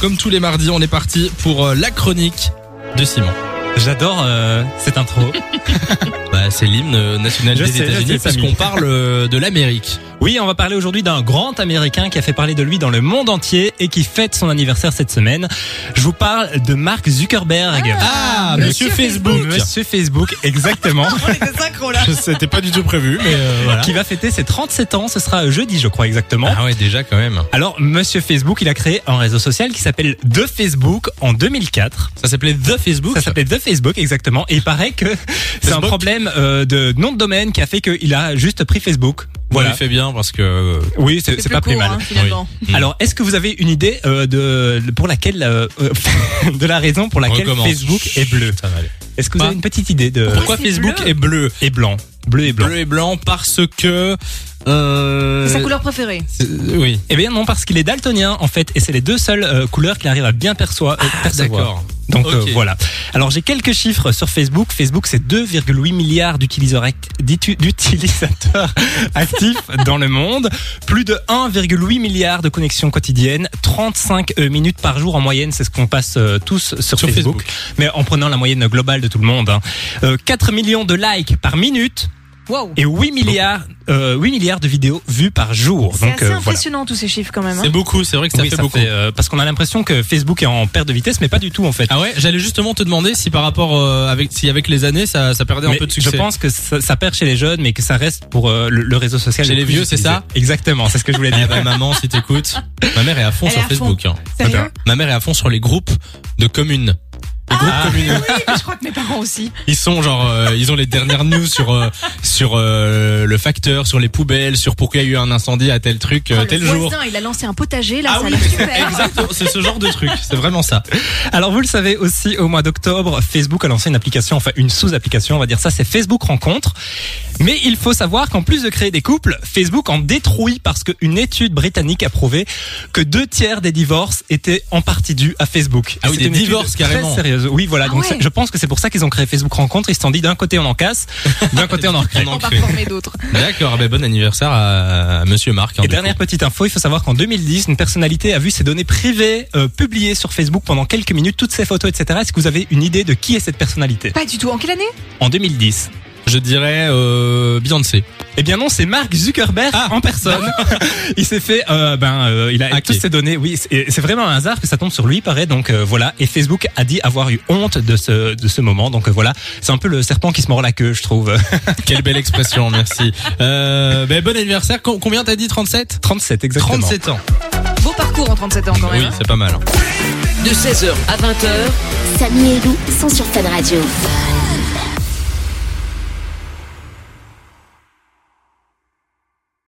Comme tous les mardis, on est parti pour euh, la chronique de Simon. J'adore euh, cette intro. Bah, c'est l'hymne national Je des sais, je États-Unis sais, puisqu'on Samy. parle euh, de l'Amérique. Oui, on va parler aujourd'hui d'un grand Américain qui a fait parler de lui dans le monde entier et qui fête son anniversaire cette semaine. Je vous parle de Mark Zuckerberg. Ah, Monsieur Facebook. Monsieur Facebook, exactement. On était synchro là. C'était pas du tout prévu, mais euh, voilà. qui va fêter ses 37 ans, ce sera jeudi je crois exactement. Ah ouais, déjà quand même. Alors, Monsieur Facebook, il a créé un réseau social qui s'appelle The Facebook en 2004. Ça s'appelait The Facebook. Ça s'appelait The Facebook exactement. Et il paraît que c'est un Facebook. problème euh, de nom de domaine qui a fait qu'il a juste pris Facebook. Voilà, Voilà. il fait bien parce que euh, Oui, c'est C'est c'est plus pas plus court, mal. hein, finalement. Mm. Alors, est-ce que vous avez une idée euh, de pour laquelle euh, euh, de la raison pour laquelle recommence. Facebook est bleu Ça va aller. Est-ce que vous Pas. avez une petite idée de Pourquoi c'est Facebook bleu est bleu et blanc, bleu et blanc Bleu et blanc parce que euh, C'est sa couleur préférée. c'est- euh, Oui. Eh bien non, parce qu'il est daltonien en fait, et c'est les deux seules euh, couleurs qu'il arrive à bien perçoir. euh, Ah, percevoir. D'accord. Donc euh, Ok. voilà. Alors j'ai quelques chiffres sur Facebook. Facebook, c'est 2,8 milliards d'utiliseurs act- d'itu- d'utilisateurs actifs dans le monde, plus de 1,8 milliard de connexions quotidiennes, 35 euh, minutes par jour en moyenne, c'est ce qu'on passe euh, tous sur, Sur Facebook, Facebook. mais en prenant la moyenne globale de tout le monde. hein. Euh, 4 millions de likes par minute Wow. et 8 milliards, euh, 8 milliards de vidéos vues par jour. C'est Donc assez euh, voilà. impressionnant tous ces chiffres quand même. hein. C'est beaucoup, c'est vrai que ça Oui, fait beaucoup. euh, parce qu'on a l'impression que Facebook est en perte de vitesse, mais pas du tout en fait. Ah ouais, j'allais justement te demander si par rapport euh, avec si avec les années ça, ça perdait un Mais peu de succès. Je pense que ça, ça perd chez les jeunes, mais que ça reste pour euh, le, le réseau social. Chez le les plus vieux, c'est utilisé. ça Exactement, c'est ce que je voulais Eh dire. ben, maman, si t'écoutes, ma mère est à fond Elle sur est à fond. Facebook. hein. Sérieux Ma mère est à fond sur les groupes de communes. Les groupes communaux. Oui, mais je crois que mes parents aussi. Ils sont genre, euh, ils ont les dernières news sur euh, sur euh, le facteur, sur les poubelles, sur pourquoi il y a eu un incendie à tel truc, euh, Oh, tel le jour. voisin, il a lancé un potager là, Ah ça a oui, l'air super. Exactement, c'est ce genre de truc, c'est vraiment ça. Alors vous le savez aussi, au mois d'octobre, Facebook a lancé une application, enfin une sous-application, on va dire ça, c'est Facebook Rencontre. Mais il faut savoir qu'en plus de créer des couples, Facebook en détruit parce qu'une étude britannique a prouvé que deux tiers des divorces étaient en partie dus à Facebook. Ah oui, C'était des une étude divorces, carrément. Très sérieuse. Oui, voilà. Ah donc ouais. c'est- je pense que c'est pour ça qu'ils ont créé Facebook Rencontre. Ils se sont dit d'un côté on en casse, d'un côté on en recrée. On en On va crée. former d'autres. D'accord, ben bon anniversaire à, à Monsieur Marc. hein, Et du dernière coup. petite info, il faut savoir qu'en 2010, une personnalité a vu ses données privées euh, publiées sur Facebook pendant quelques minutes, toutes ses photos, etc. Est-ce que vous avez une idée de qui est cette personnalité Pas du tout. En quelle année En 2010. je dirais euh, Beyoncé. Eh bien non, c'est Mark Zuckerberg en personne. il s'est fait, euh, ben, euh, il a Hacker. toutes ses données. Oui, c'est c'est vraiment un hasard que ça tombe sur lui, paraît. Donc euh, voilà. Et Facebook a dit avoir eu honte de ce de ce moment. Donc euh, voilà, c'est un peu le serpent qui se mord la queue, je trouve. Quelle belle expression, merci. Euh, ben bon anniversaire. Com- Combien t'as dit 37 37 exactement. 37 ans. Beau parcours en 37 ans quand Oui, même. hein. c'est pas mal. hein. De 16h à 20h, Samy et Lou sont sur Fun Radio.